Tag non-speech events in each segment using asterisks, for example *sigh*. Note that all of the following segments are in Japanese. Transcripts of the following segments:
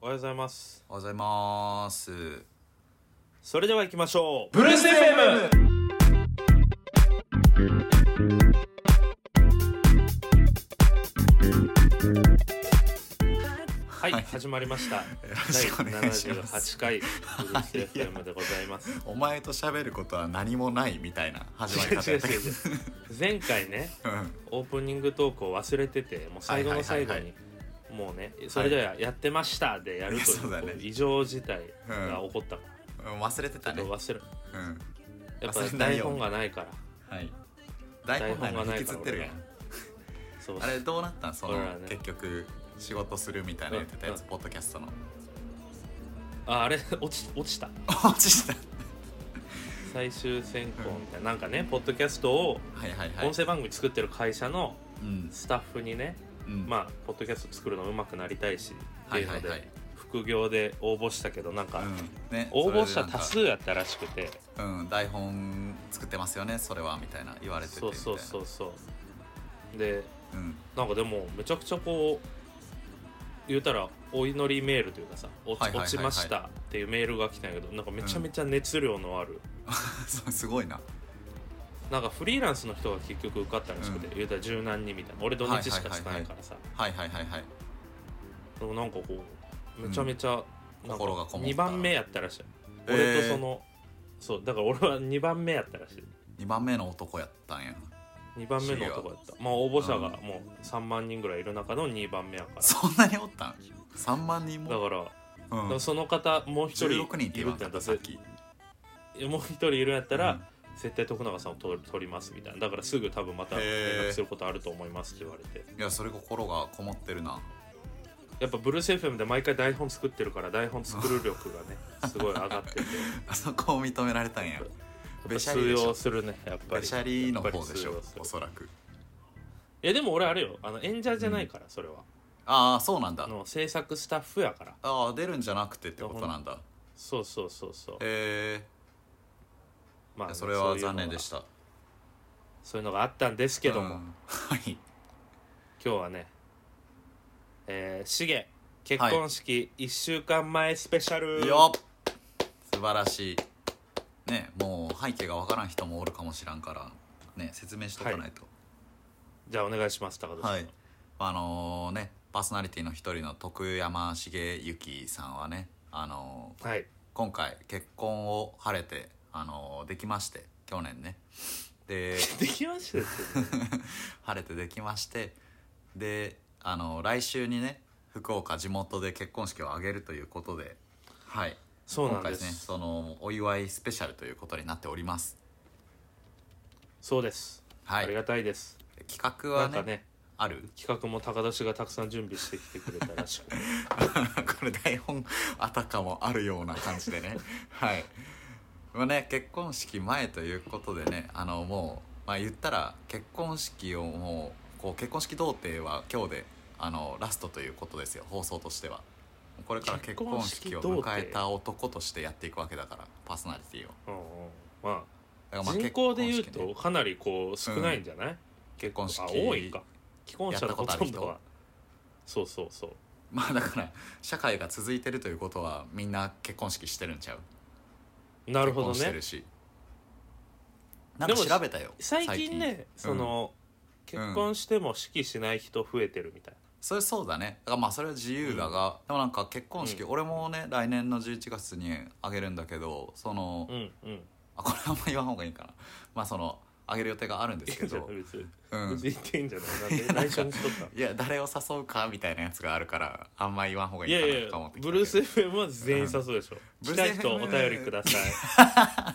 はようございますおはようございますそれでは行きましょうブルース FM はい、始まりましたしくお願いします第78回ブルース FM でございますお前と喋ることは何もないみたいな始まり方違うやったけ違うど違う前回ねうんオープニングトークを忘れててもう最後の最後はいはいにもうねそれではやってましたでやるといそうだねう異常事態が起こったかうん忘れてたらねちょっと忘れうんやっぱ忘れない台よう本にがないからはい台本が引きつってるやんそうあれどうなったんその俺らね結局仕事するみたいな言ってたやつうんポッドキャストの *laughs* ああれ落ち落ちた落ちた最終選考みたいななんかねポッドキャストをはいはいはい音声番組作ってる会社のうんスタッフにね、うんまあポッドキャスト作るの上手くなりたいしってはいいうはのいで、はい副業で応募したけどなんか、うんね応募者それでなんか多数やったらしくてうん台本作ってますよねそれはみたいな言われててそうそうそううそうでうん *laughs* なんかでもめちゃくちゃこう言うたらお祈りメールというかさ「落はいちはいはいはい落ちました」っていうメールが来たんやけどなんかめちゃめちゃ熱量のある、そうすごいななんかフリーランスの人が結局受かったらしくて、うん言うたら柔軟にみたいな俺土日しかつかないからさ、はいはいはいはいでもなんかこうめちゃめちゃ、なんか心がこもった2番目やったらしい、えー俺とそのそうだから俺は2番目やったらしい2番目の男やったんや2番目の男やったまあ応募者がもう3万人ぐらいいる中の2番目やからそんなにおったん3万人だも、から、うだんから、その方もう1人いる16人って言わんってかなったったらさっぜきもう1人いるんやったら、うん絶対徳永さんを取取りますみたいなだからすぐ多分またへー連絡することあると思いますって言われていやそれ心がこもってるなやっぱブルース FM で毎回台本作ってるから台本作る力がねすごい上がっててやあそこを認められたんやっぱべしゃり通でしょ用するねやっぱベりシャリの方でしやっぱょり通用するおそらくえでも俺あれよあの演者じゃないから、それはああそうなんだあの制作スタッフやからああ出るんじゃなくてってことなんだそうそうそうそうへまえねそれは残念でしたたそういうのがあったんですけども、うんはい今日はねえー、しげ結婚式1週間前スペシャル、よっ素晴らしいねもう背景がわからん人もおるかもしらんからね説明しとかないとじゃあお願いします高田さん、はい、あのねパーソナリティの一人の徳山茂之さんはね、あのーはい今回結婚を晴れて、あのーできまして去年ねでできま *laughs* したですよね晴れてできましてで、あのー来週にね福岡地元で結婚式を挙げるということではいそうなんで今回ねす、そのお祝いスペシャルということになっておりますそうです、はいありがたいです企画なはんねかねある企画も高田氏がたくさん準備してきてくれたらし *laughs* くこれ台本あたかもあるような感じ *laughs* でねはいまあね結婚式前ということでねあのもう、まあ、言ったら結婚式をもうこう結婚式童貞は今日であのラストということですよ放送としてはこれから結婚式を迎えた男としてやっていくわけだからパーソナリティをうんうんまだあからまあ人口で言う結婚式ねとかなりこう少ないんじゃない、結婚式あ多いか既婚者のほとんどやはっそうそうそうまあだから社会が続いてるということはみんな結婚式してるんちゃうなるほど結婚してねるしなんか調べたよ最近ね最近その、結婚しても式しない人増えてるみたいそれそうだねだからまあそれは自由だが、でもなんか結婚式、うん俺もね来年の11月にあげるんだけどその、なうんうんあこれあんま言わん方がいいかなまあそのあげる予定があるんでいいすけんじゃどない *laughs* 別に、うん別に言っていいんじゃないなんで内緒にしと *laughs* ったいや誰を誘うかみたいなやつがあるからあんま言わん方がいいいやかいやなと思ってきたブけどルース FM は全員誘うでしょ、うん来たい人おブルース FM 便りください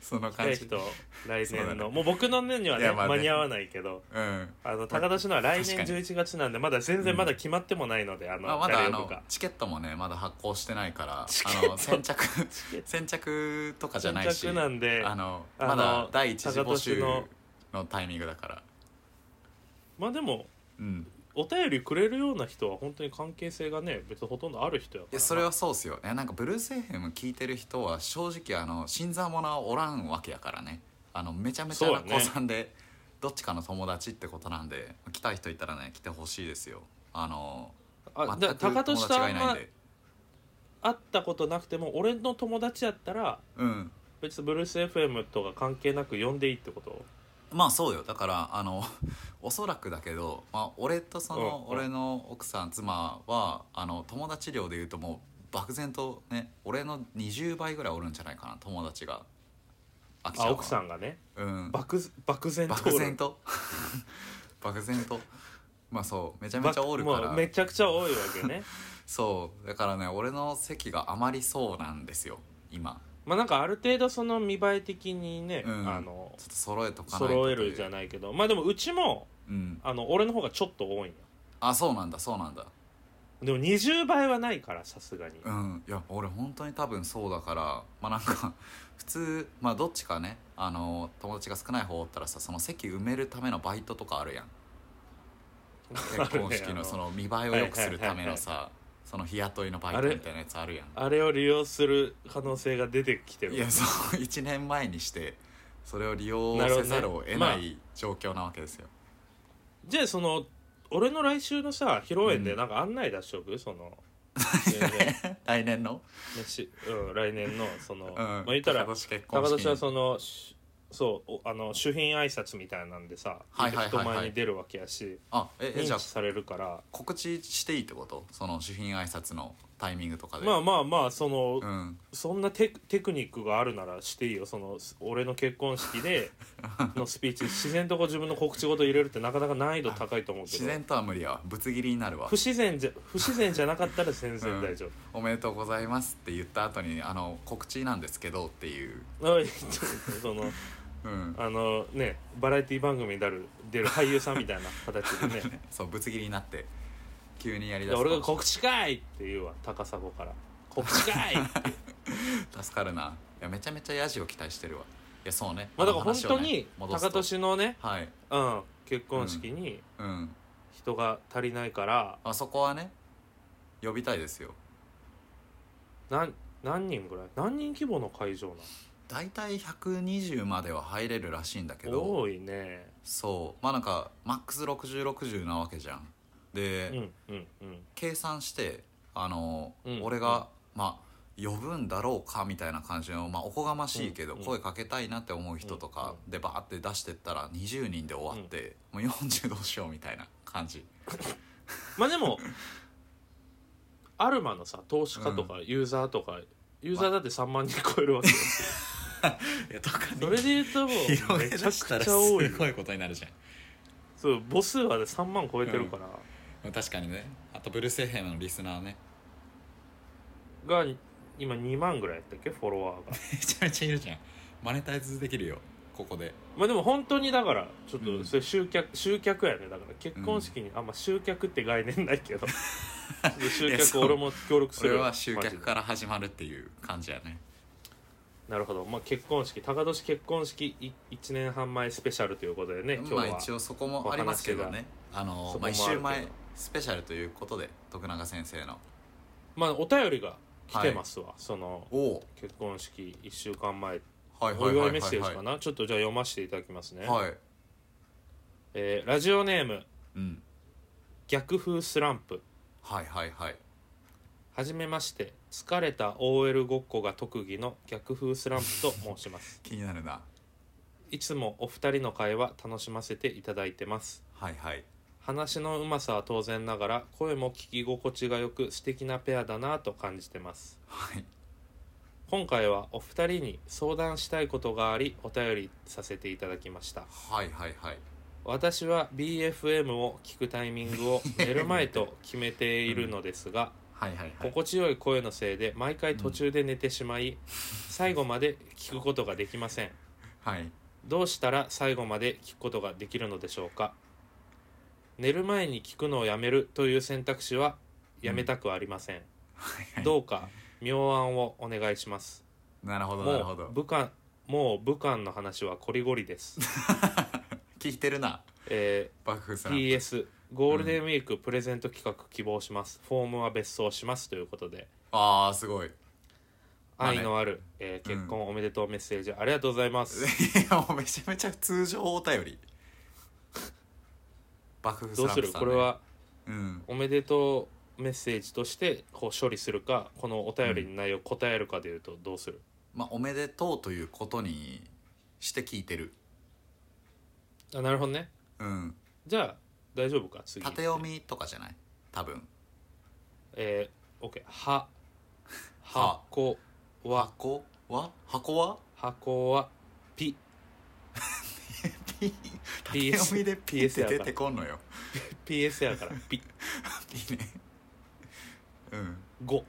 その来感たいじ人来そうだ年ねの、もう僕の年にはいねやまあね間に合わないけどうんあの高田氏のは来年確か11月なんでまだ全然うんまだ決まってもないので、あの、まあ、まだあ誰呼ぶのかチケットもねまだ発行してないからチケッあトの先着チケット先着とかじゃないし先着なんであのあまのだ第一次募集高年のタイミングだからまあでもうんお便りくれるような人は本当に関係性がね別にほとんどある人やかいやらそれはそうっすよねなんかブルース FM 聞いてる人は正直あの新参者はおらんわけやからねあのめちゃめちゃそうなやね子さんで、どっちかの友達ってことなんで来たい人いたらね来てほしいですよあのあ全だく友高田達氏とがあいんないんまで会ったことなくても俺の友達やったらうん別にブルース FM とか関係なく呼んでいいってことまあそうよだからあの *laughs* おそらくだけど、まあ、俺とそのうんうん俺の奥さん妻はあの友達量で言うともう漠然とね俺の20倍ぐらいおるんじゃないかな友達があきちゃんあは奥さんがねうん漠漠然と漠然と漠然と *laughs* まあそうめちゃめちゃおるかもらうめちゃくちゃ多いわけ *laughs* ねそうだからね俺の席が余りそうなんですよ今まあなんかある程度その見栄え的にね、うんあのちょっと揃えとかないと揃えるじゃないないけどまあでもうちもうんあの俺の方がちょっと多いんよあそうなんだそうなんだでも20倍はないからさすがに、うんいや俺本当に多分そうだからまあなんか *laughs* 普通まあどっちかねあの友達が少ない方おったらさその席埋めるためのバイトとかあるやん結婚式 *laughs* あののその見栄えを良くするためのさその日雇いのバイトみたいなやつあるやんあれを利用する可能性が出てきてるいやそう1年前にしてそれを利用せざるをな得るなほどい状況なわけですよ、 *laughs* じゃあその俺の来週のさ披露宴うでんなんか案内出しとく、そ *laughs* の全然ね来年のし、うん、来年のその、うんまあ言ったら高年結婚高式田氏はそのしそうおあの主品挨拶みたいなんでさ、はいはいはいはい人前に出るわけやしあええじゃ認あ知されるから告知していいってことその主品挨拶のタイミングとかでまあまあまあその、うんそんなテクテクニックがあるならしていいよそのす俺の結婚式 *laughs* でのスピーチ自然とこう自分の告知事入れるってなかなか難易度高いと思うけ *laughs* 自ど然とは無理やわぶつ切りになるわ不自然じゃ不自然じゃなかったら全然大丈夫。おめでとうございますって言った後にあの告知なんですけどっていうあえ *laughs* っと *laughs* そのうんあのねバラエティ番組に出る出る俳優さんみたいな形 *laughs* でねそうぶつ切りになって急にやりいだすやか俺もが「告知かい!」って言うわ高砂から「告知か *laughs* い!」って助かるないやめちゃめちゃヤジを期待してるわいやそうねまあだから本の話を当ねに戻す高と年のね、はいうん、結婚式にうん人が足りないからあそこはね呼びたいですよ何何人ぐらい何人規模の会場な大体120までは入れるらしいんだけのど多いねそうまあなんかマックス6060なわけじゃんで、うんうんうん計算してあの、うん俺が、まあ呼ぶんだろうかみたいな感じの、まあ、おこがましいけど、うんうん声かけたいなって思う人とかでバーって出してったら20人で終わって、もう40どうしようみたいな感 *laughs* じまあでも *laughs* アルマのさ投資家とかユーザーとか、ユーザーだって3万人超えるわけよいやとかそれで言うとも *laughs* うめちゃくちゃ多いよいことになるじそう母数はね3万超えてるから、ゃん確かにねあとブルース・エヘムのリスナーね *laughs* が今2万ぐらいやったっけフォロワ *laughs* ーがめちゃめちゃいるじゃんマネタイズできるよここでまあでも本当にだからちょっうとんそれ集客、集客やねだから結婚式に、あんま集客って概念ない *laughs* けどちょっと集いや客そう俺も協力すそれるは集マジ客でから始まるっていう感じやねなるほど、まあ、結婚式高年結婚式1年半前スペシャルということでね今日まは、あ一応そこもありますけどねあのそこもあまある一けど週前スペシャルということで徳永先生のまあ、お便りが来てますわ、そのおお結婚式1週間前はいおはいは祝いいはメいッセージかな、はちょっとじゃあ読ませていただきますね、いはいえーラジオネームうん逆風スランプはいはいはいはじめまして疲れた OL ごっこが特技の逆風スランプと申します *laughs* 気になるないつもお二人の会話楽しませていただいてますはいはい話のうまさは当然ながら声も聞き心地がよく素敵なペアだなと感じてますはい今回はお二人に相談したいことがありお便りさせていただきましたはいはいはい私は BFM を聞くタイミングを寝る前と決めているのですが、はいはいはい心地よい声のせいで毎回途中で寝てしまい、最後まで聞くことができませんはいどうしたら最後まで聞くことができるのでしょうか寝る前に聞くのをやめるという選択肢はやめたくありません、どうか妙案をお願いしますなるほどなるもほうど武漢もう武漢の話はこりごりです、 *laughs* 聞いてるなえ爆風さー、ん PS ゴールデンウィークプレゼント企画希望します、フォームは別送しますということでああすごい *laughs* いまあね愛のある、えーうん結婚おめでとうメッセージありがとうござい *laughs* ます、やもうめちゃめちゃ通常お便り爆風スどうランすプるさんねこれはうんおめでとうメッセージとしてこう処理するかこのお便りの内容答えるかでいうとどうする、まあおめでとうということにして聞いてるあなるほどねうんじゃあ大丈夫か次縦読みとかじゃない多分えー、OK はは箱は箱は *laughs* 箱は箱はピピ縦読みでピって出てこんのよ PS *laughs* やからピいいね *laughs* うん5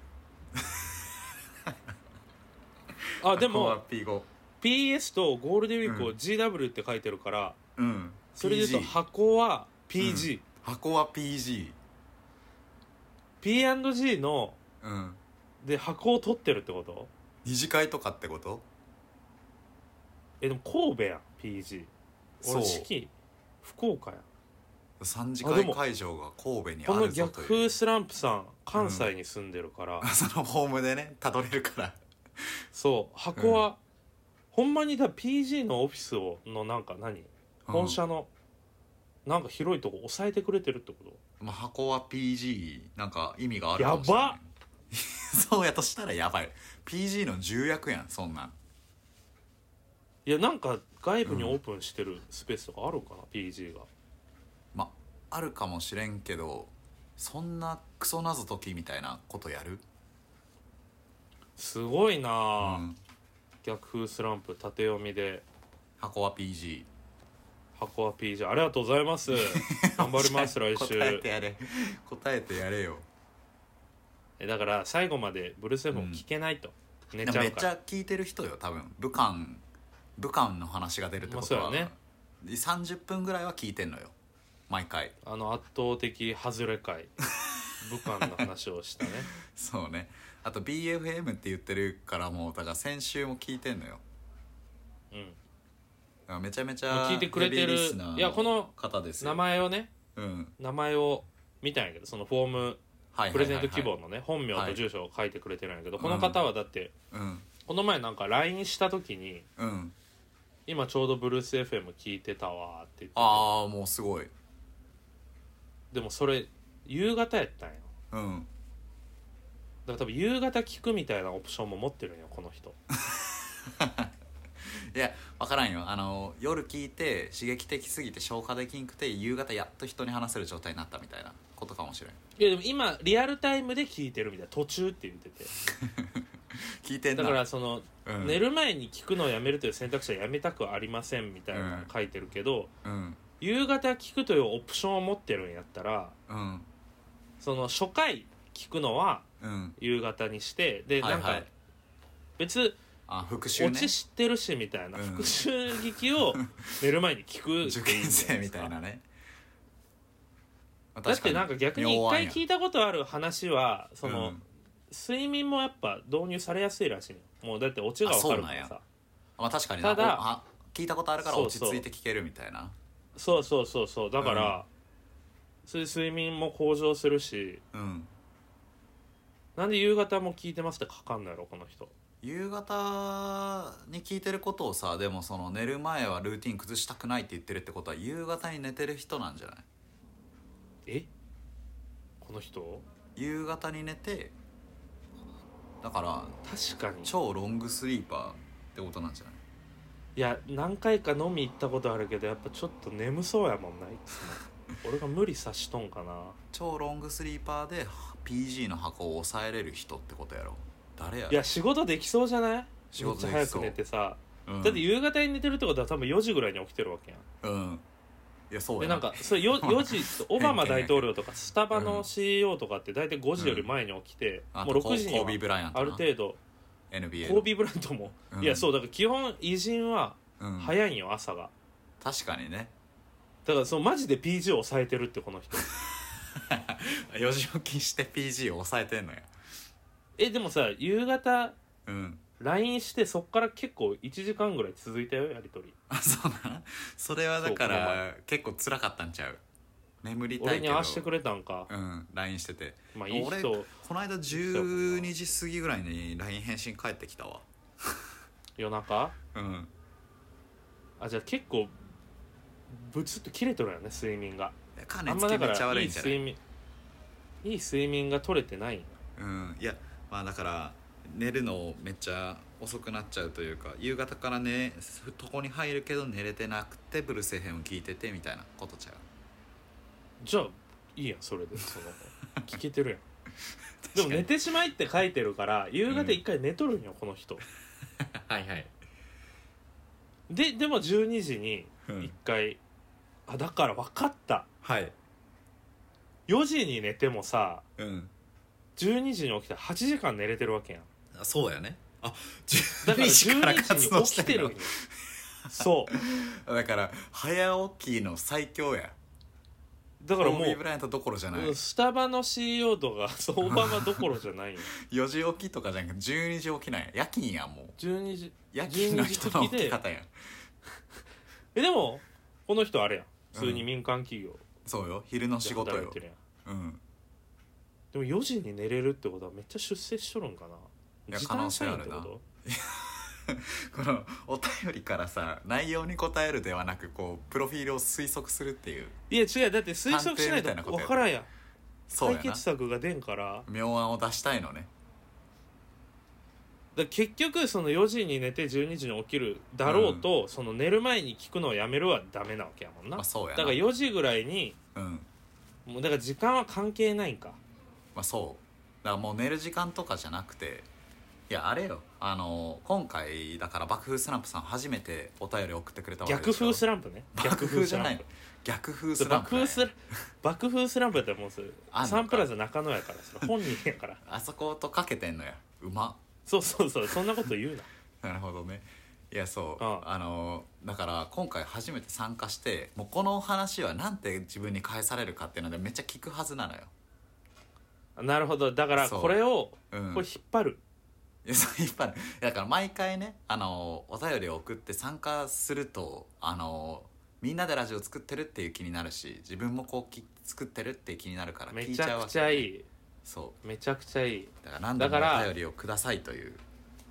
あで箱もは P5 PS とゴールデンウィークをうん GW って書いてるから、うんそれで言う PG と箱は PG、箱は PG P&G のうんで箱を取ってるってこと二次会とかってことえでも神戸やん PG そう俺四季福岡やん三次あで会も会場が神戸にこあのるぞ逆とい風うスランプさん関西に住んでるから、 *laughs* そのホームでねたどれるからそう箱は、ほんまにだ PG のオフィスをのなんか何本社のなんか広いとこ抑えてくれてるってこまあ、箱は PG なんか意味があるかもしれないやば *laughs* そうやとしたらやばい PG の重役やんそんなんといやなんか外部にオープンしてるスペースとかあるんかな、PG がまああるかもしれんけどそんなクソ謎解きみたいなことやるすごいなあ、うん逆風スランプ縦読みで箱は PG 箱は PG ありがとうござい *laughs* ます頑張ります来答え週てやれ *laughs* 答えてやれよえだから最後までブルース・エフォン聞けないと、寝でちもゃめうっかちらゃ聞いてる人よ多分武漢武漢の話が出るってことまは、あそうやね30分ぐらいは聞いてんのよ毎回あの圧倒的外れ *laughs* 会武漢の話をしたねそうねあと BFM って言ってるからもうだから先週も聞いてんのようんだからめちゃめちゃ聞いてくれてるヘビーリスナーいやこの方ですよ名前をねうん名前を見たんやけどそのフォームはいはいはいはいプレゼント希望のね本名はとい住所を書いてくれてるんやけど、んこの方はだってうんこの前なんか LINE した時にうん「今ちょうどブルース FM 聞いてたわ」って言っててああもうすごいでもそれ夕方やったんようんだから多分夕方聞くみたいなオプションも持ってるんよこの人いや分からんよあの夜聞いて刺激的すぎて消化できんくて夕方やっと人に話せる状態になったみたいなことかもしれんいやでも今リアルタイムで聞いてるみたいな途中って言ってて聞いてんだなからその、うん、寝る前に聞くのをやめるという選択肢はやめたくありませんみたいなの書いてるけど、うん夕方聞くというオプションを持ってるんやったらうんその初回聞くのはうん夕方にしてで、はいなはんいか別あ復習オね *laughs* チ知ってるしみたいな、うん復習劇 *laughs* を寝る前に聞く受験生みたいなねだってなんか逆に一回聞いいたことある話はその、うん睡眠もやっぱ導入されやすいらしいのもうだってオチがわかるかあそうならんやさまあ確かになただおあ聞いたことあるからそう落ちそう着いて聞けるみたいなそうそうそうそうだから、そういう睡眠も向上するしうんなんで夕方も聞いてますって書かんのやろこの人夕方に聞いてることをさでもその寝る前はルーティン崩したくないって言ってるってことは夕方に寝てる人なんじゃないえこの人夕方に寝てだから確かに超ロングスリーパーってことなんじゃないいや何回か飲み行ったことあるけどやっぱちょっと眠そうやもんないつ *laughs* も俺が無理さしとんかな超ロングスリーパーで PG の箱を抑えれる人ってことやろ誰やいや仕事できそうじゃない仕事でめっきちゃそ早くう寝てさ、うんだって夕方に寝てるってことは多分4時ぐらいに起きてるわけやんうんいやそうでやなんかそれ *laughs* 4, 4時オバマ大統領とかスタバうのん CEO とかって大体5時より前に起きて、あもとうコ6時にコービー・はブライアントあなる程度 NBA コービー・ブラントも、うんいやそうだから基本偉人はうん、早いんよ朝が確かにね *laughs* だからそのマジで PG を抑えてるってこの人4時起きして PG を抑えてんのやえでもさ夕方うん LINE してそっから結構1時間ぐらい続いたよやり取り *laughs* あそうなんそれはだそかうこのら結構辛かったんちゃう眠りた俺いけにど合わせてくれたんか、うん LINE しててまあいい俺人この間12時過ぎぐらいに LINE 返信返ってきたわ夜中うんあじゃあ結構ブツッと切れとるよね睡眠がかあねんつまだきかめっちゃら悪いいいんじゃない睡眠いい睡眠が取れてないんやうんいやまあだから寝るのめっちゃ遅くなっちゃうというか夕方からね床に入るけど寝れてなくてブルース FM 聞いててみたいなことちゃうじゃあいいやんそれでそ *laughs* の聞けてるやんでも寝てしまいって書いてるから夕方一回寝とるんよ、この人はいはい、ででも12時にうん一回、あだから分かったはい4時に寝てもさうん12時に起きたら8時間寝れてるわけやんあそうやねあだから12 12時から活時に動起してきてるるんよそうだから早起きの最強やだだからもービー・ブライアントどころじゃないうスタバの CEO とか *laughs* 相場はどころじゃないよ4時起きとかじゃなくて12時起きなんや夜勤やんもう12時夜勤の人12の時起起ききで方やんえでもこの人あれやん普通に民間企業そうよ昼ので仕事働いよてるやんうんでも4時に寝れるってことはめっちゃ出世しとるんかいなや時短社員ってこ可能性あるとこのお便りからさ内容に答えるではなくこうプロフィールを推測するっていういや違うだって推測しない探偵みたいなこととやわでからんやんそう解やな決策が出んから妙案を出したいのねだから結局その4時に寝て12時に起きるだろうと、その寝る前に聞くのをやめるはダメなわけやもんな、まあそうやだなから4時ぐらいにうんもうだから時間は関係ないんかまあそうだからもう寝る時間とかじゃなくていやあれよあの今回だから爆風スランプさん初めてお便り送ってくれたわけでしょ逆風スランプね爆風じゃない逆風スランプ逆風そスうラン爆風スプだよラ爆風スランプやったらもうそれあんのかサンプラザ中野やからそれ本人やからあそことかけてんのやうまっそうそうそうそんなこと言うななるほどねいやそううんあのだから今回初めて参加してもうこの話はなんて自分に返されるかっていうのでめっちゃ聞くはずなのよ、あなるほどだからそうこれをうん、これ引っ張る、いやそう引っ張るだから毎回ねあのお便りを送って参加するとあのみんなでラジオ作ってるっていう気になるし自分もこうき作ってるって気になるからめ聞いちちゃゃうわくけちゃいいそめちゃくちゃいいうだから何度もだからお便りをくださいという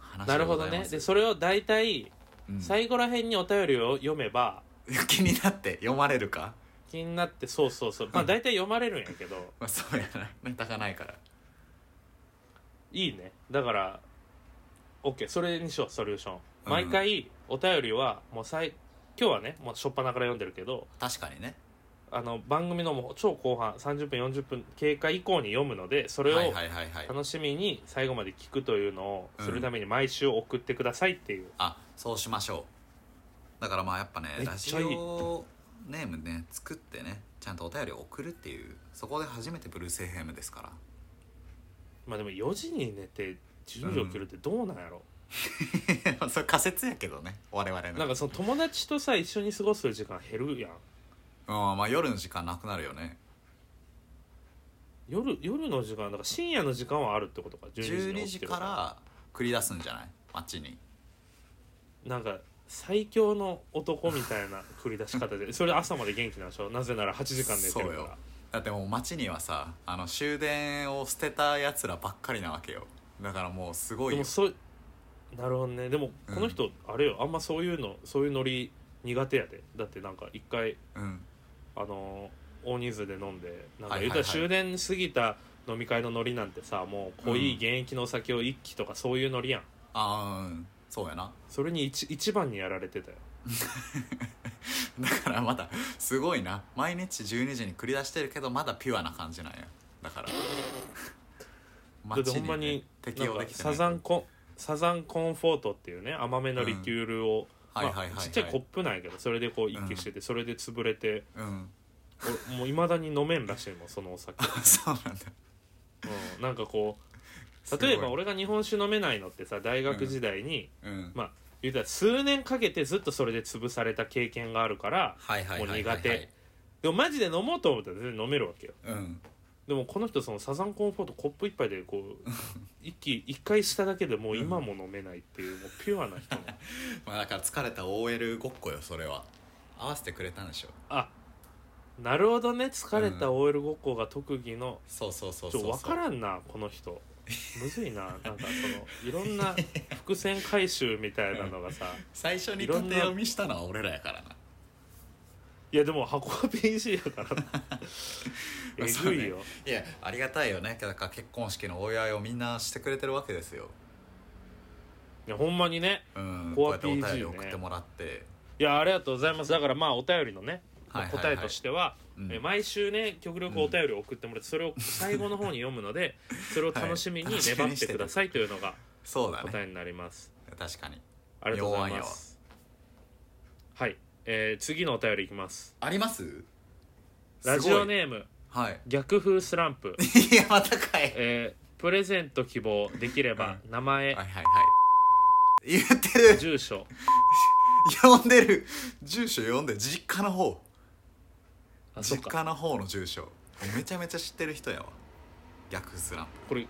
話なでるごほざどいねますでそれを大体うん最後ら辺にお便りを読めば気になって読まれるか気になってそうそうそうまあ大体読まれるんやけどまあそうやなネタがないからいいねだから OK それにしようソリューションうん毎回お便りはもう最今日はねもう初っ端から読んでるけど確かにねあの番組のもう超後半30分40分経過以降に読むのでそれはいをはいはいはい楽しみに最後まで聞くというのをするために毎週送ってくださいっていう、あそうしましょうだからまあやっぱねめっラジちゃいいオネームね作ってねちゃんとお便りを送るっていうそこで初めてブルース・エヘムですからまあでも4時に寝て10時起きるってどうなんやろ、 *laughs* それ仮説やけどね我々のなんかその友達とさ一緒に過ごす時間減るやんうんまあ夜の時間なくなるよね夜夜の時間だから深夜の時間はあるってことか12起時きてるから繰り出すんじゃない街になんか最強の男みたいな繰り出し *laughs* 方でそれで朝まで元気なんでしょなぜなら8時間寝てそうるよかだってもう街にはさあの終電を捨てたやつらばっかりなわけよだからもうすらごでいもよそうなるほどねでもこの人、あれよあんまそういうのそういうノリ苦手やでだってなんか一回うんあのー大人数で飲んでなんかは言ういはいはたいら終電過ぎた飲み会のノリなんてさもう濃い現役のお酒を一気とかそういうノリやんああうんそうやなそれに一一番にやられてたよだからまだすごいな毎日12時に繰り出してるけどまだピュアな感じなんやだからだってほんま街ねに適なん応かできてなサいザンコサザンコンフォートっていうね甘めのリキュールを、はいまはいはいあはいちっちゃいコップなんやけどそれでこう一気してて、それで潰れてうんお *laughs* もういまだに飲めんらしいもんそのお酒、そうなんだうん、なんかこすうごい例えば俺が日本酒飲めないのってさ大学時代に、うんまあ言うたら数年かけてずっとそれで潰された経験があるからはいはいはいはいもう苦手でもマジで飲もうと思ったら全然飲めるわけようんでもこの人そのサザンコンフォートコップ一杯でこ *laughs* う一気一回しただけでもう今も飲めないっていうもうピュアな人のまあだから疲れた OL ごっこよそれは合わせてくれたんでしょあなるほどね疲れた OL ごっこが特技の、そうそうそうちそょうっと分からんなこの人むずい *laughs* ななんかそのいろんな伏線回収みたいなのが *laughs* さ最初にいろん縦な読みしたのは俺らやからない *laughs* やでも箱は PC やからなえぐいよ、いやありがたいよねだから結婚式のお祝いをみんなしてくれてるわけですよ、いやほんまにねうん、こコうアやってお便 PG りね送ってもらって、いやありがとうございますだからまあお便りのね、まあはいはいは答いえとしては、うんえ毎週ね極力お便りを送ってもらって、それを最後の方に読むのでそれを楽しみにはい楽しみに粘ってくださいというのがそうだね答えになります、確かにありがとうございますはい、えー次のお便りいきますありますラジオすネームごいはい *laughs* 逆風スランプ、 *laughs* いやまたかいえープレゼント希望できれば名前、はいはいはい言ってる住所呼んでる住所呼んでる実家の方あそっ実か家の方の住所めちゃめちゃ知ってる人やわ逆スランこれ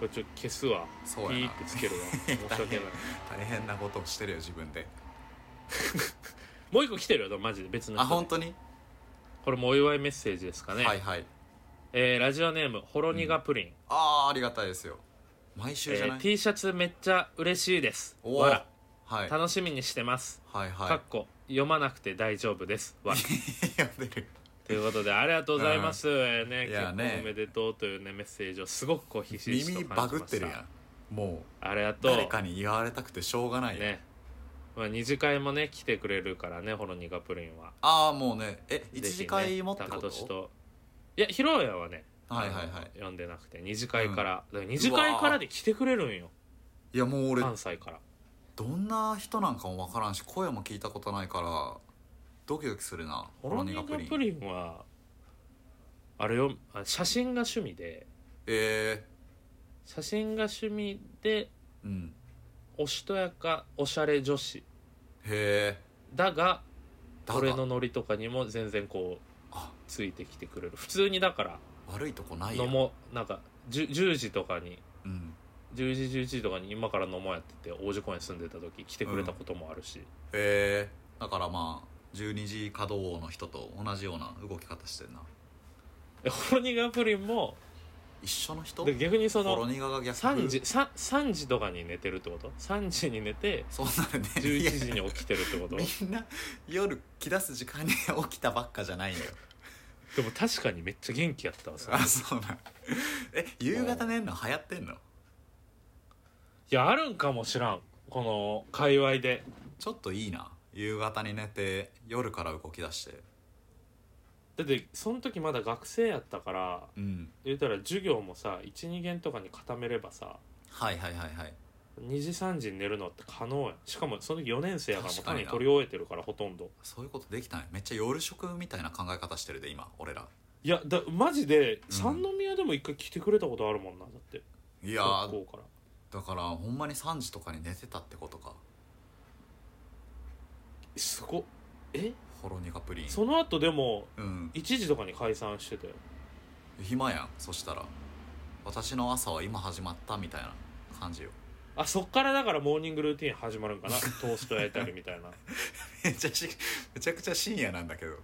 これちょっと消すわプピそうやーなってつけ *laughs* るわ申し訳ない大変なことをしてるよ自分でもう一個来てるよマジで別の人あで本当に、これもお祝いメッセージですかね、はいはいえーラジオネームほろ苦プリン、ああありがたいですよ毎週えじゃない、ー T シャツめっちゃ嬉しいですおーわらはい楽しみにしてます、はいかはっこ読まなくて大丈夫ですわらい *laughs* 呼んでるということでありがとうございます、えーねい結やね婚おめでとうというねメッセージをすごくこうひしひし耳と感バじグっましてるたやんもうありがと誰うかに言われたくてしょうがないよ、ねまあ二次会もね来てくれるからねほろ苦プリンはああもうねえぜ一ひね次会もってこ高と俊といや披露宴はねはいはいはい読んでなくて二次会から,、だから二次会からで来てくれるんよいやもう俺関西からどんな人なんかも分からんし声も聞いたことないからドキドキするなホロニガホロニガプリンはあれよあ写真が趣味でえ写真が趣味でえうんおしとやかおしゃれ女子へえだがだが俺のノリとかにも全然こうあついてきてくれる普通にだから悪いとこないよ飲もうなんか 10, 10時とかにうん、 10時11時とかに今から飲もうやってて王子公園住んでた時来てくれたこともあるし、へえだからまあ12時稼働の人と同じような動き方してんなでホロニガプリンも一緒の人で逆にそコロのニガが逆3時 3, 3時とかに寝てるってこと ?3 時に寝てそうなるね11時 *laughs* いやに起きてるってことみんな夜起き出す時間に起きたばっかじゃないよでも確かにめっちゃ元気やったわそれあそうなんえ夕方寝んの流行ってんのいやあるんかもしらんこの界隈でちょっといいな夕方に寝て夜から動き出してだってその時まだ学生やったからうん言うたら授業もさ12限とかに固めればさはいはいはいはい2時3時に寝るのって可能やんしかもその時4年生やからもう確か単になに取り終えてるからほとんどそういうことできたねめっちゃ夜食みたいな考え方してるで今俺らいやだマジでん三宮でも一回来てくれたことあるもんなだっていや学ー校からだからほんまに3時とかに寝てたってことかすごっえほろ苦プリンその後でもうん1時とかに解散してたよ暇やんそしたら私の朝は今始まったみたいな感じよ *laughs* あそっからだからモーニングルーティン始まるんかなトースト焼いたりみたいなめちゃしめちゃくちゃ深夜なんだけど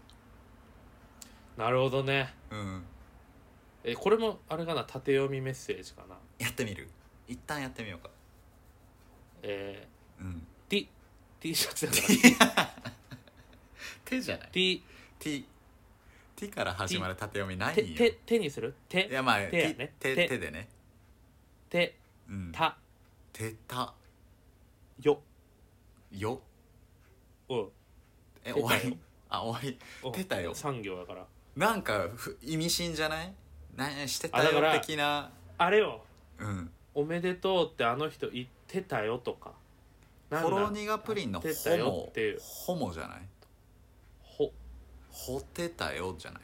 なるほどねうんえこれもあれかな縦読みメッセージかなやってみる一旦やってみようかえうんー、T, T シャツだから手じゃ *laughs* ない T T T から始まる縦読みない手ん手よ手にする手いやまあ手や手ね手手手でね手うんた手たよようん手え終たわよりあ終わりうん手たよ産業だからなんかふ意味深じゃない何してたあだかよら的なあれようんおめでとうってあの人言ってたよとかなんほだろ苦プリンのホ言ってたよモっていうホモじゃないほホテたよじゃない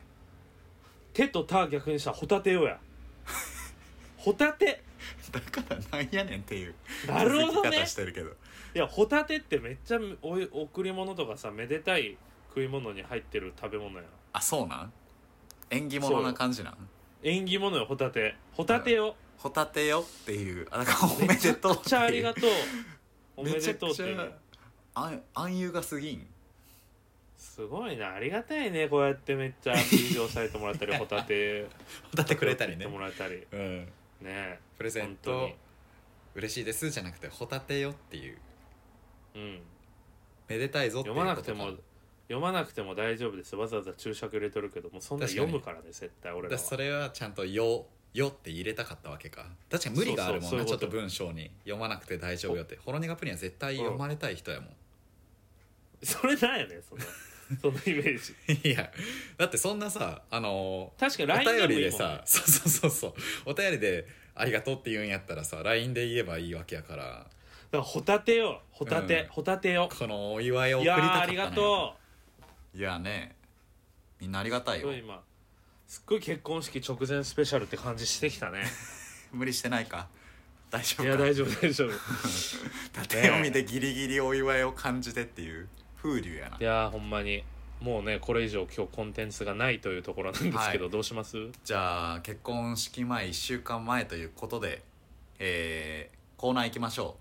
*laughs* 手とた逆にしたらホタテよやホタテだからなんやねんっていうなるほど気づきね方してるけどいやホタテってめっちゃおい贈り物とかさめでたい食い物に入ってる食べ物やんあそうなん縁起物な感じなん縁起物よホタテホタテよホタテよっていうあだからおめでとうめちゃくちゃありがととううおめでとうって *laughs* めいちうゃくちゃ暗暗誘がすぎんすごいなありがたいねこうやってめっちゃアピールをされてもらったりホタテホタテくれたりね送ってもらったりねうんえプレゼン本当ト嬉しいですじゃなくてホタテよっていうにうんめでたいぞっていう読ことまかなくても読まなくても大丈夫ですわざわざ注釈入れとるけどもうそんな確かに読 *laughs* むからね絶対俺だかららはそれはちゃんと「よ」「よ」って入れたかったわけか確かに無理があるもんそうそなうちそういょっうことと文章に読まなくて大丈夫よってほろ苦プリンは絶対読まれたい人やもん、それなんやね *laughs* んそのそのイメージいやだってそんなさあの確かにー LINE おで便もりいでいもん、さ、ねそうそうそうそうお便りで「ありがとう」って言うんやったらさ LINE で言えばいいわけやからだからホタテよホタテ、うんホタテよこのお祝いをい送りやたかったーあのりよがといやねみんなありがたういすよごい今すっごい結婚式直前スペシャルって感じしてきたね *laughs* 無理してないか大丈い夫やか大丈夫大丈夫縦読みでギリギリお祝いを感じてっていう風流やないやーほんまにもうねこれ以上今日コンテンツがないというところなんですけど、はどうしますじゃあ結婚式前1週間前ということでえー、コーナー行きましょ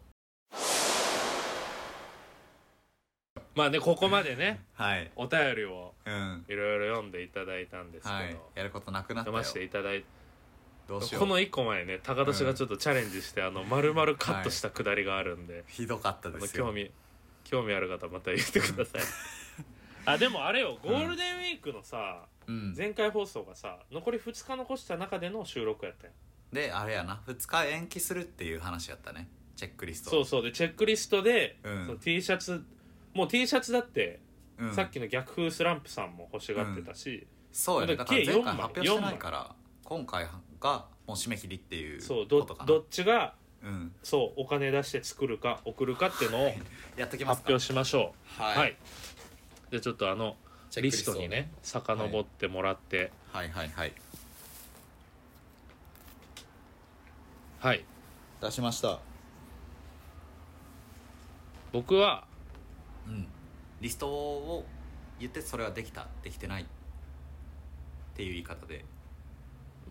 まあねここまでねうはいお便りをうんいろいろ読んでいただいたんですけど、はいやることなくなっ読たよませていただいてどうしよこうの1個前ね高年がちょっとチャレンジして、あの丸々カットしたくだりがあるんで、ひどかったあでのすよ興味興味ある方また言ってください *laughs* あでもあれよゴールデンウィークのさ、うん前回放送がさ残り2日残した中での収録やったやんであれやな2日延期するっていう話やったねチェックリストそうそうでチェックリストで、うんその T シャツもう T シャツだって、うんさっきの逆風スランプさんも欲しがってたし、そうやねだだかからら前回計4発枚表してないから今回がもう締め切りっていうそうこどとかなどっちがうんそうお金出して作るか送るかっていうのをやっときま発すか表しましょうはい、はい、でちょっとあのチェックリリスストトにね遡ってもらってはいはいはいはい、出しました僕はうんリストを言ってそれはできたできてないっていう言い方で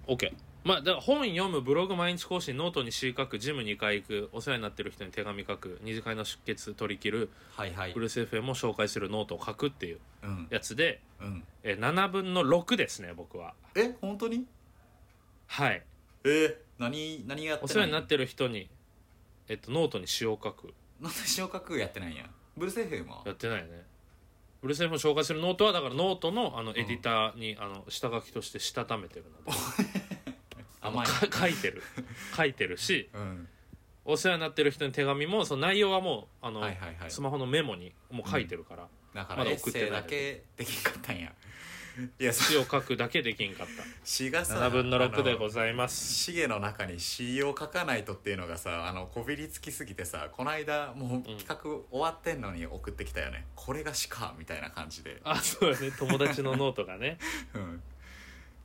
OK まあだから本読むブログ毎日更新ノートに詩書くジム2回行くお世話になってる人に手紙書く二次会の出血取り切るはいはいブルース FM を紹介するノートを書くっていううんやつで、うんえー7分の6ですね僕はえ本当にはいえー、何何やっておない世話になってる人に、えっと、ノートに詩を書くなんで塩化空やってないんやブルース FM はやってないよねブルース FM を紹介するノートはだからノートのあのエディターに、あの下書きとしてしたためてるのであの甘いか書いて *laughs* る書いてるしうんお世話になってる人に手紙もその内容はもうあの、はいはいはいスマホのメモにもう書いてるから、だかまらだエッ送ってないセイだけできんかったんやいや詩を書くだけできんかっ詩がた *laughs* さ7分の6であございますシゲの中に詩を書かないとっていうのがさあのこびりつきすぎてさこの間もう企画終わってんのに送ってきたよね、これが詩かみたいな感じで、あそうだね友達のノートがね *laughs* うん、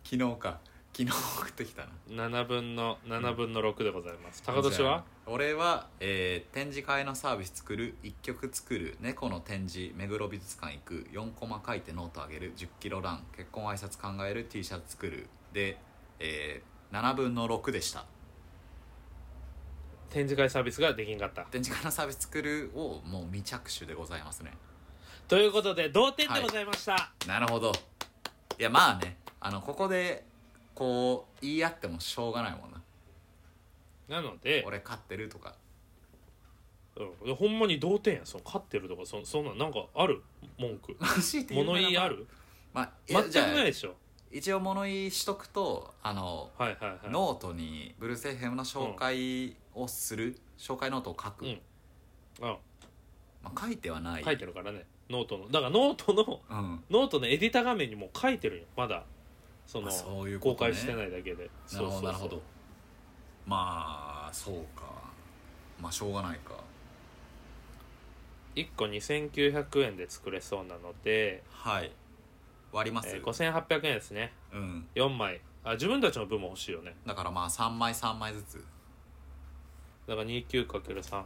昨日か昨日送ってきたな7分の7分の6でございます高年は俺は、えー展示会のサービス作る1曲作る猫の展示目黒美術館行く4コマ書いてノートあげる1 0キロラン結婚挨拶考える T シャツ作るで、えー7分の6でした展示会サービスができんかった展示会のサービス作るをもう未着手でございますねということで同点でございました、なるほどいやまあねあのここでこう言い合ってもしょうがないもんななので、俺勝ってるとかうん、ほんまに同点やその勝ってるとかそそんなんなんかある文 *laughs* 句強いて言うな *laughs* 物ら言いあるまあい全やくじゃあないでしょ一応物言いしとくとあのはいはいはいノートにブルース・エフェムの紹介をする、紹介ノートを書く、うんあまあ、書いてはない、書いてるからねノートのだからノートの *laughs* うん、ノートのエディター画面にも書いてるよまだそのあそういうこ公とね開してないだけでなるほそうそうそどうなるほどまあそうかまあしょうがないか1個2900円で作れそうなので、はい割ります、えー、5800円ですねうん4枚あ自分たちの分も欲しいよねだからまあ3枚3枚ずつだから 29×3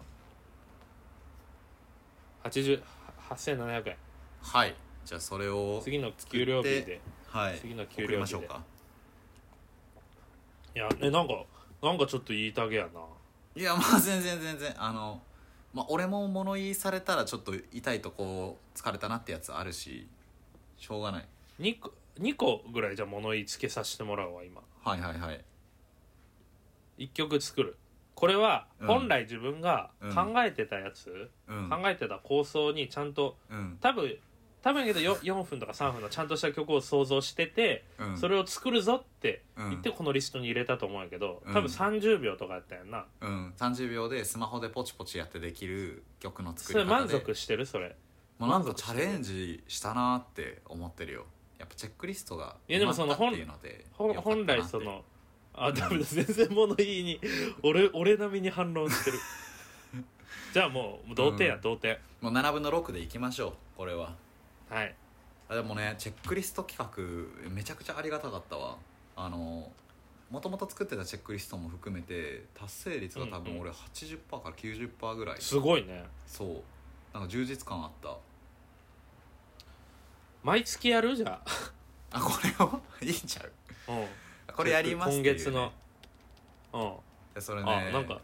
80 8700円はいじゃあそれを次の給料日作ってではい次の給料日で送りましょうかいやねなんかなんかちょっと言いたげやないやまあ *laughs* 全然全然あのまあ俺も物言いされたらちょっと痛いとこ疲れたなってやつあるししょうがない 2, 個2個ぐらいじゃあ物言いつけさせてもらうわ今はいはいはい1曲作るこれはうん本来自分がうん考えてたやつ、うん考えてた構想にちゃんとうん多分多分やけどよ4分とか3分のちゃんとした曲を想像してて、うん、それを作るぞってうん言ってこのリストに入れたと思うんやけど、うん多分30秒とかやったやんな、うん、30秒でスマホでポチポチやってできる曲のそ作れり方満で足してるそれもうなんかチャレンジしたなって思ってるよやっぱチェックリストがいやでもその埋まったっていうのでほんよかったな本って来そのあダメだ全然物言いに俺俺並みに反論 *laughs* してるじゃあもう同点や、うん同点もう7分の6でいきましょうこれははいあでもねチェックリスト企画めちゃくちゃありがたかったわあのもともと作ってたチェックリストも含めて達成率が多うん分うん俺80%から90%ぐらい、すごいねそうなんか充実感あった毎月やるじゃあこれをいいんちゃうあ、うん、これやりますっていう、ね、今月のうん、でそれねあなんか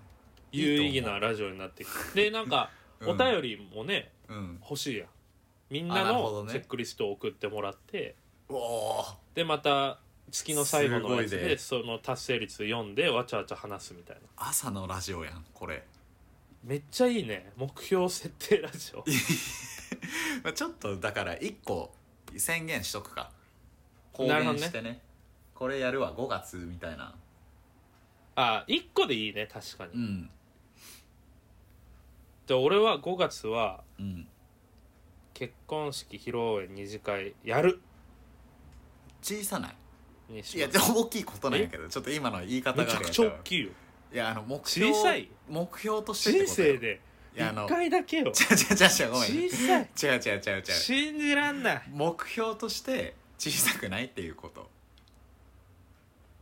いいと有思う意義なラジオになってきてでなんかうんお便りもねうん欲しいやんみんあななるほどのねチェックリストを送ってもらっておおーでまた月の最後のやつすごいでねその達成率読んでわちゃわちゃ話すみたいな朝のラジオやんこれ *laughs* めっちゃいいね目標設定ラジオまあちょっとだから1個宣言しとくか公なるほ言どねしてねこれやるわ5月みたいなあ一1個でいいね確かに、うんで俺は5月はうん結婚式披露宴二次会やる小さないにしいやまですも大きいことなんやけどちょっと今の言い方めがちゃあれくやちけゃど大きいよいやあの目標小さい目標としてって人ことよ生でいやあの1回だけよ違う違う違う違うごめん違う小さい違う違う違う信じらんない目標として小さくないっていうこと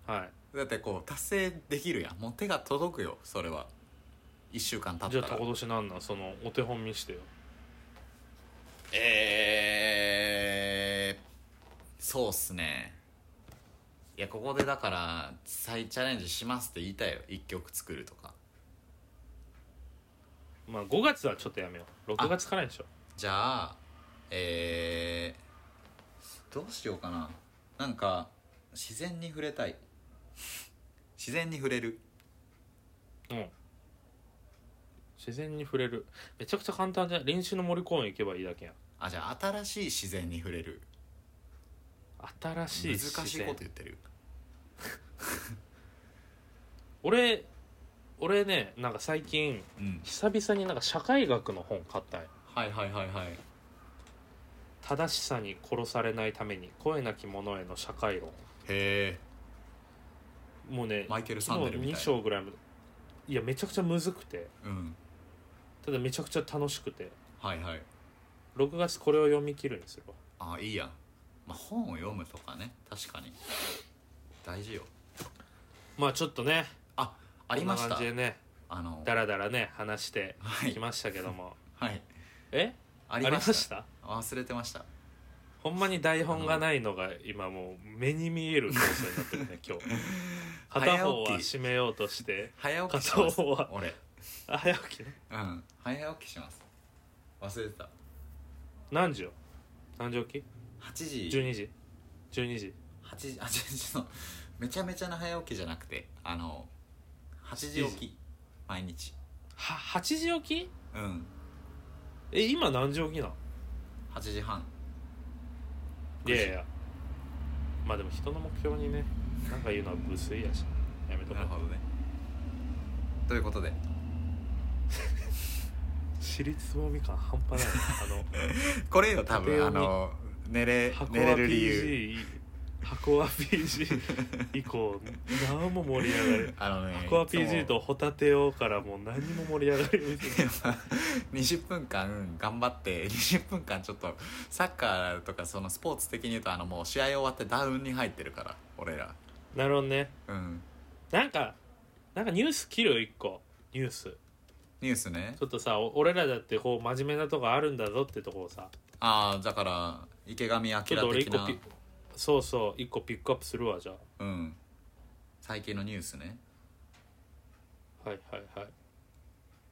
はだってこう達成できるやんもう手が届くよそれは1週間い経じゃっあたら高年なんなんそのお手本見してよえー、そうっすねいやここでだから再チャレンジしますって言いたいよ1曲作るとかまあ5月はちょっとやめよう6月からでしょじゃあえー、どうしようかななんか自然に触れたい自然に触れるうん自然に触れるめちゃくちゃ簡単じゃん練習の森公園行けばいいだけやんあじゃあ新しい自然に触れる新しい難自然しいこと言ってる俺俺ねなんか最近うん久々になんか社会学の本買ったんよはいはいはいはい正しさに殺されないために声なき者への社会論へえもうねマイケル・サンデルみ2たいな章ぐらいまでいやめちゃくちゃむずくてうんただめちゃくちゃ楽しくてはいはい6月これを読み切るにするわあいいやんまあ本を読むとかね確かに大事よまあちょっとねあありましこんなた感じでねあのだらだらね話してはいきましたけども、 *laughs* はいえあありりまましたした忘れてましたほんまに台本がないのが今もう目に見える構成になってるね今日片方は *laughs* 早起き締めようとして早起きします片方は俺あ早起きねうん早起きします忘れてた何時よ何時起8き時 ?12 時12時8時あ *laughs* 違う違うめちゃめちゃな早起きじゃなくてあの8時起き毎日は8時起きうんえ今何時起きなの8時半いやいやまあでも人の目標にねなんか言うのは無粋やしやめとこなるうほどねということで私立つぼみ感半端ない *laughs* なあのこれよ多家分庭あにの寝れ箱寝はれる理由 PG *laughs* 箱は *laughs* PG 以降何も盛り上がるあのね箱はいつも PG *laughs* とホタテ王からもう何も盛り上がりません20分間頑張って20分間ちょっとサッカーとかそのスポーツ的に言うとあのもう試合終わってダウンに入ってるから俺らなるほどねうんなんかなんかニュース切る一個ニュースニュースねちょっとさお俺らだってこう真面目なとこあるんだぞってとこをさああだから池上ちょっと彰俺的一個なピッそうそう一個ピックアップするわじゃうん最近のニュースねあはいはいはい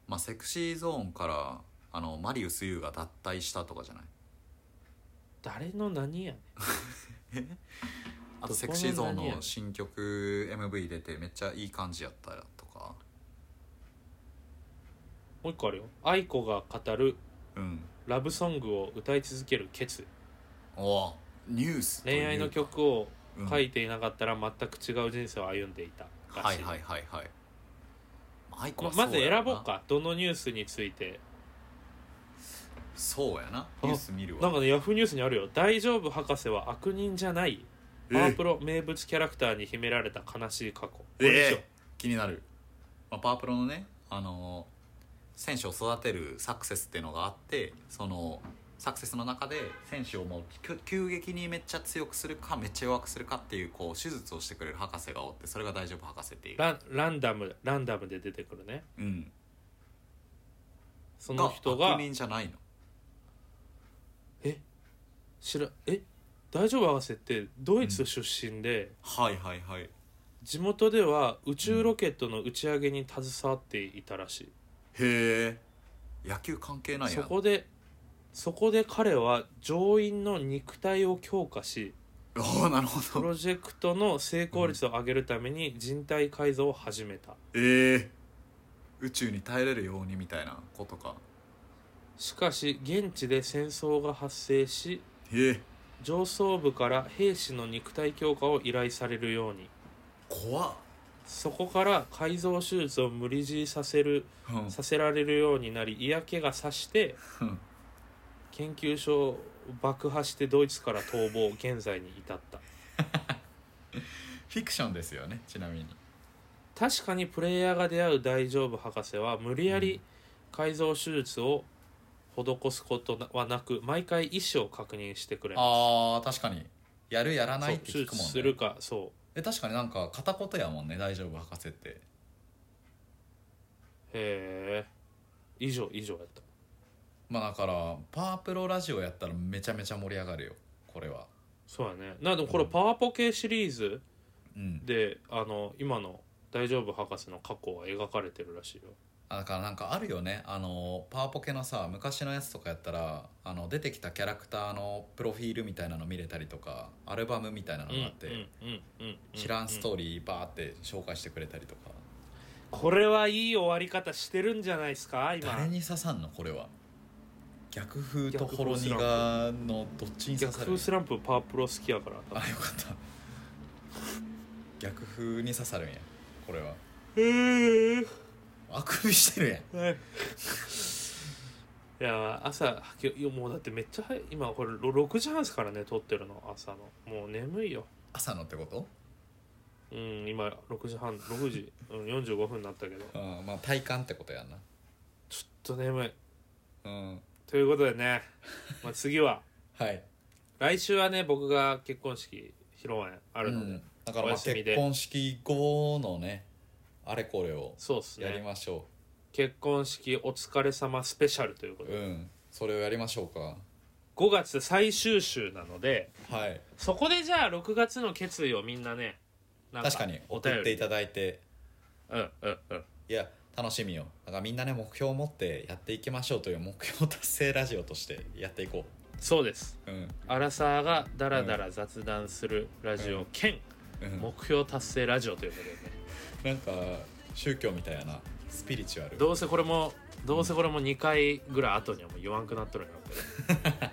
まあセクシーゾーンからあのマリウス・ユーが脱退したとかじゃない誰の何やねんあどことのセクシーゾーン何やのねん新曲 MV 出てめっちゃいい感じやったとかもう一個あるよ愛子が語るうんラブソングを歌い続ける決意おニュースという恋愛の曲をうん書いていなかったら全く違う人生を歩んでいたらはしいいはいはいはいアイコまはまずそうやろ選ぼうかどのニュースについてそうやなニュース見るわなんかねヤフーニュースにあるよ「大丈夫博士は悪人じゃない」えパワープロ名物キャラクターに秘められた悲しい過去これでしょええ気になる、まあ、パワープロのねあのー選手を育てるサクセスっていうのがあってそのサクセスの中で選手をもう急急激にめっちゃ強くするかめっちゃ弱くするかっていうこう手術をしてくれる博士がおってそれが大丈夫博士っていう、ランランダムランダムで出てくるねうん、その人が悪人じゃないのえ知らえ大丈夫博士ってドイツ出身で、はいはいはい地元では宇宙ロケットの打ち上げに携わっていたらしい、へえ野球関係ないやそんこでそこで彼は乗員の肉体を強化しああなるほプどロジェクトの成功率を上げるために人体改造を始めたええ宇宙に耐えれるようにみたいなことかしかし現地で戦争が発生しへえ上層部から兵士の肉体強化を依頼されるように怖っ、そこから改造手術を無理強いさせるうんさせられるようになり嫌気がさしてうん研究所を爆破してドイツから逃亡現在に至ったフィクションですよねちなみに確かにプレイヤーが出会う大丈夫博士は無理やり改造手術を施すことはなく毎回意思を確認してくれまあー確かにやるやらすないそっうて手聞く術もんすねるかそえ確かになんか片言やもんね大丈夫博士ってうへえ以上以上やったまあだからパワープロラジオやったらめちゃめちゃ盛り上がるよこれはそうやねなでもこれパワポ系シリーズうんであの今の大丈夫博士の過去は描かれてるらしいよあだからなんかあるよねあのパワポケのさ昔のやつとかやったらあの出てきたキャラクターのプロフィールみたいなの見れたりとかアルバムみたいなのがあって、うんうんうんうん知らんストーリーバーって紹介してくれたりとか、これはいい終わり方してるんじゃないですか誰今に刺さんのこれは逆風と逆風ほろ苦のどっちに刺逆される風スランプパワープロ好きやからあよかった逆風に刺さるんやこれはえーあくびしてるやんはいいや朝今日もうだってめっちゃ早い今これろ6時半ですからね撮ってるの朝のもう眠いよ朝のってことうん今6時半6時、うん、45分になったけどうんまあ体感ってことやんなちょっと眠いうんということでね、まあ、次ははい来週はね僕が結婚式披露宴あるので、うん、だからおまあ休みで結婚式後のねあれこれをそうですやりねましょ結婚式お疲れ様スペシャルというこう、とで、うんそれをやりましょう5月最終週なのでかはいそこでじゃあ6月の決意をみんなねなん確かにお送便っていりただいてうんうんうんいや楽しみよだからみんなね目標を持ってやっていきましょうという目標達成ラジオとしてやっていこそうですううんアラサーがダラダラ雑談するラジオ兼うん目標達成ラジオということでねなんか宗教みたいやなスピリチュアルどうせこれもどうせこれも2回ぐらい後にはもう言わんくなっとるんやろうけど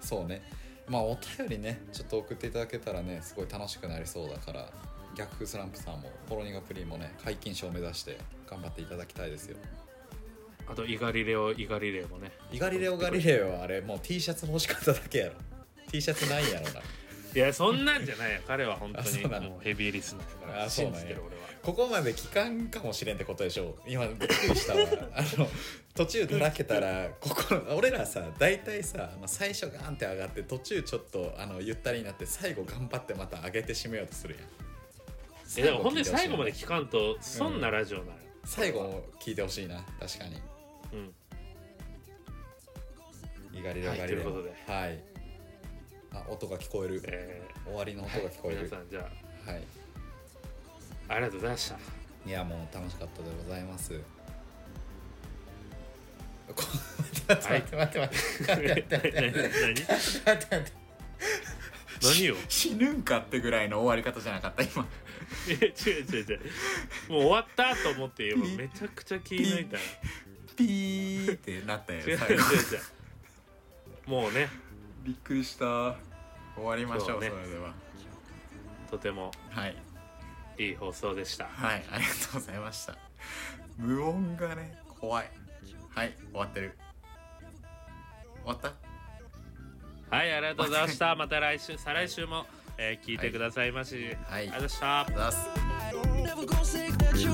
そうねまあお便りねちょっと送っていただけたらねすごい楽しくなりそうだから逆風スランプさんもポロニガプリンもね解禁賞を目指して頑張っていただきたいですよあとイガリレオイガリレイもねイガリレオガリレイはあれもう T シャツ欲しかっただけやろ T シャツないんやろないやそんなんじゃないよ *laughs* 彼は本当あそうなにのもうヘビーリスナーだからあそう信なんやじてる俺はここまで期間かもしれんってことでしょ今びっくりしたわあの途中だらけたらここ俺らさ大体さあの最初ガンって上がって途中ちょっとあのゆったりになって最後頑張ってまた上げて締めようとするやんえだから本当に最後まで聞かんと損なラジオなのよ、最後も聞いてほしいな確かにうん、イガリレオはいガリレというオことではいあ音が聞こえるえ終わりの音が聞ーこえ皆るさんじゃはいあありがとうございま *laughs* したいやもう楽しかったでございますこ *laughs* 待って待って待って待って待って待って待って何待って待って何よ *laughs* 死ぬんかってぐらいの終わり方じゃなかった今いや違う違う違うもう終わったと思って *laughs* 今めちゃくちゃ気抜いたよピ *laughs* ーってなったよ違う違う違うもうねびっくりした終わりましょうそ,、そうねれではとてもはいいい放送でしたはいありがとうございました無音がね怖いはい終わってる終わったはいありがとうございましたまた来週再来週も、えー聞いてくださいまし、はいありがとうございました出す never gonna say that you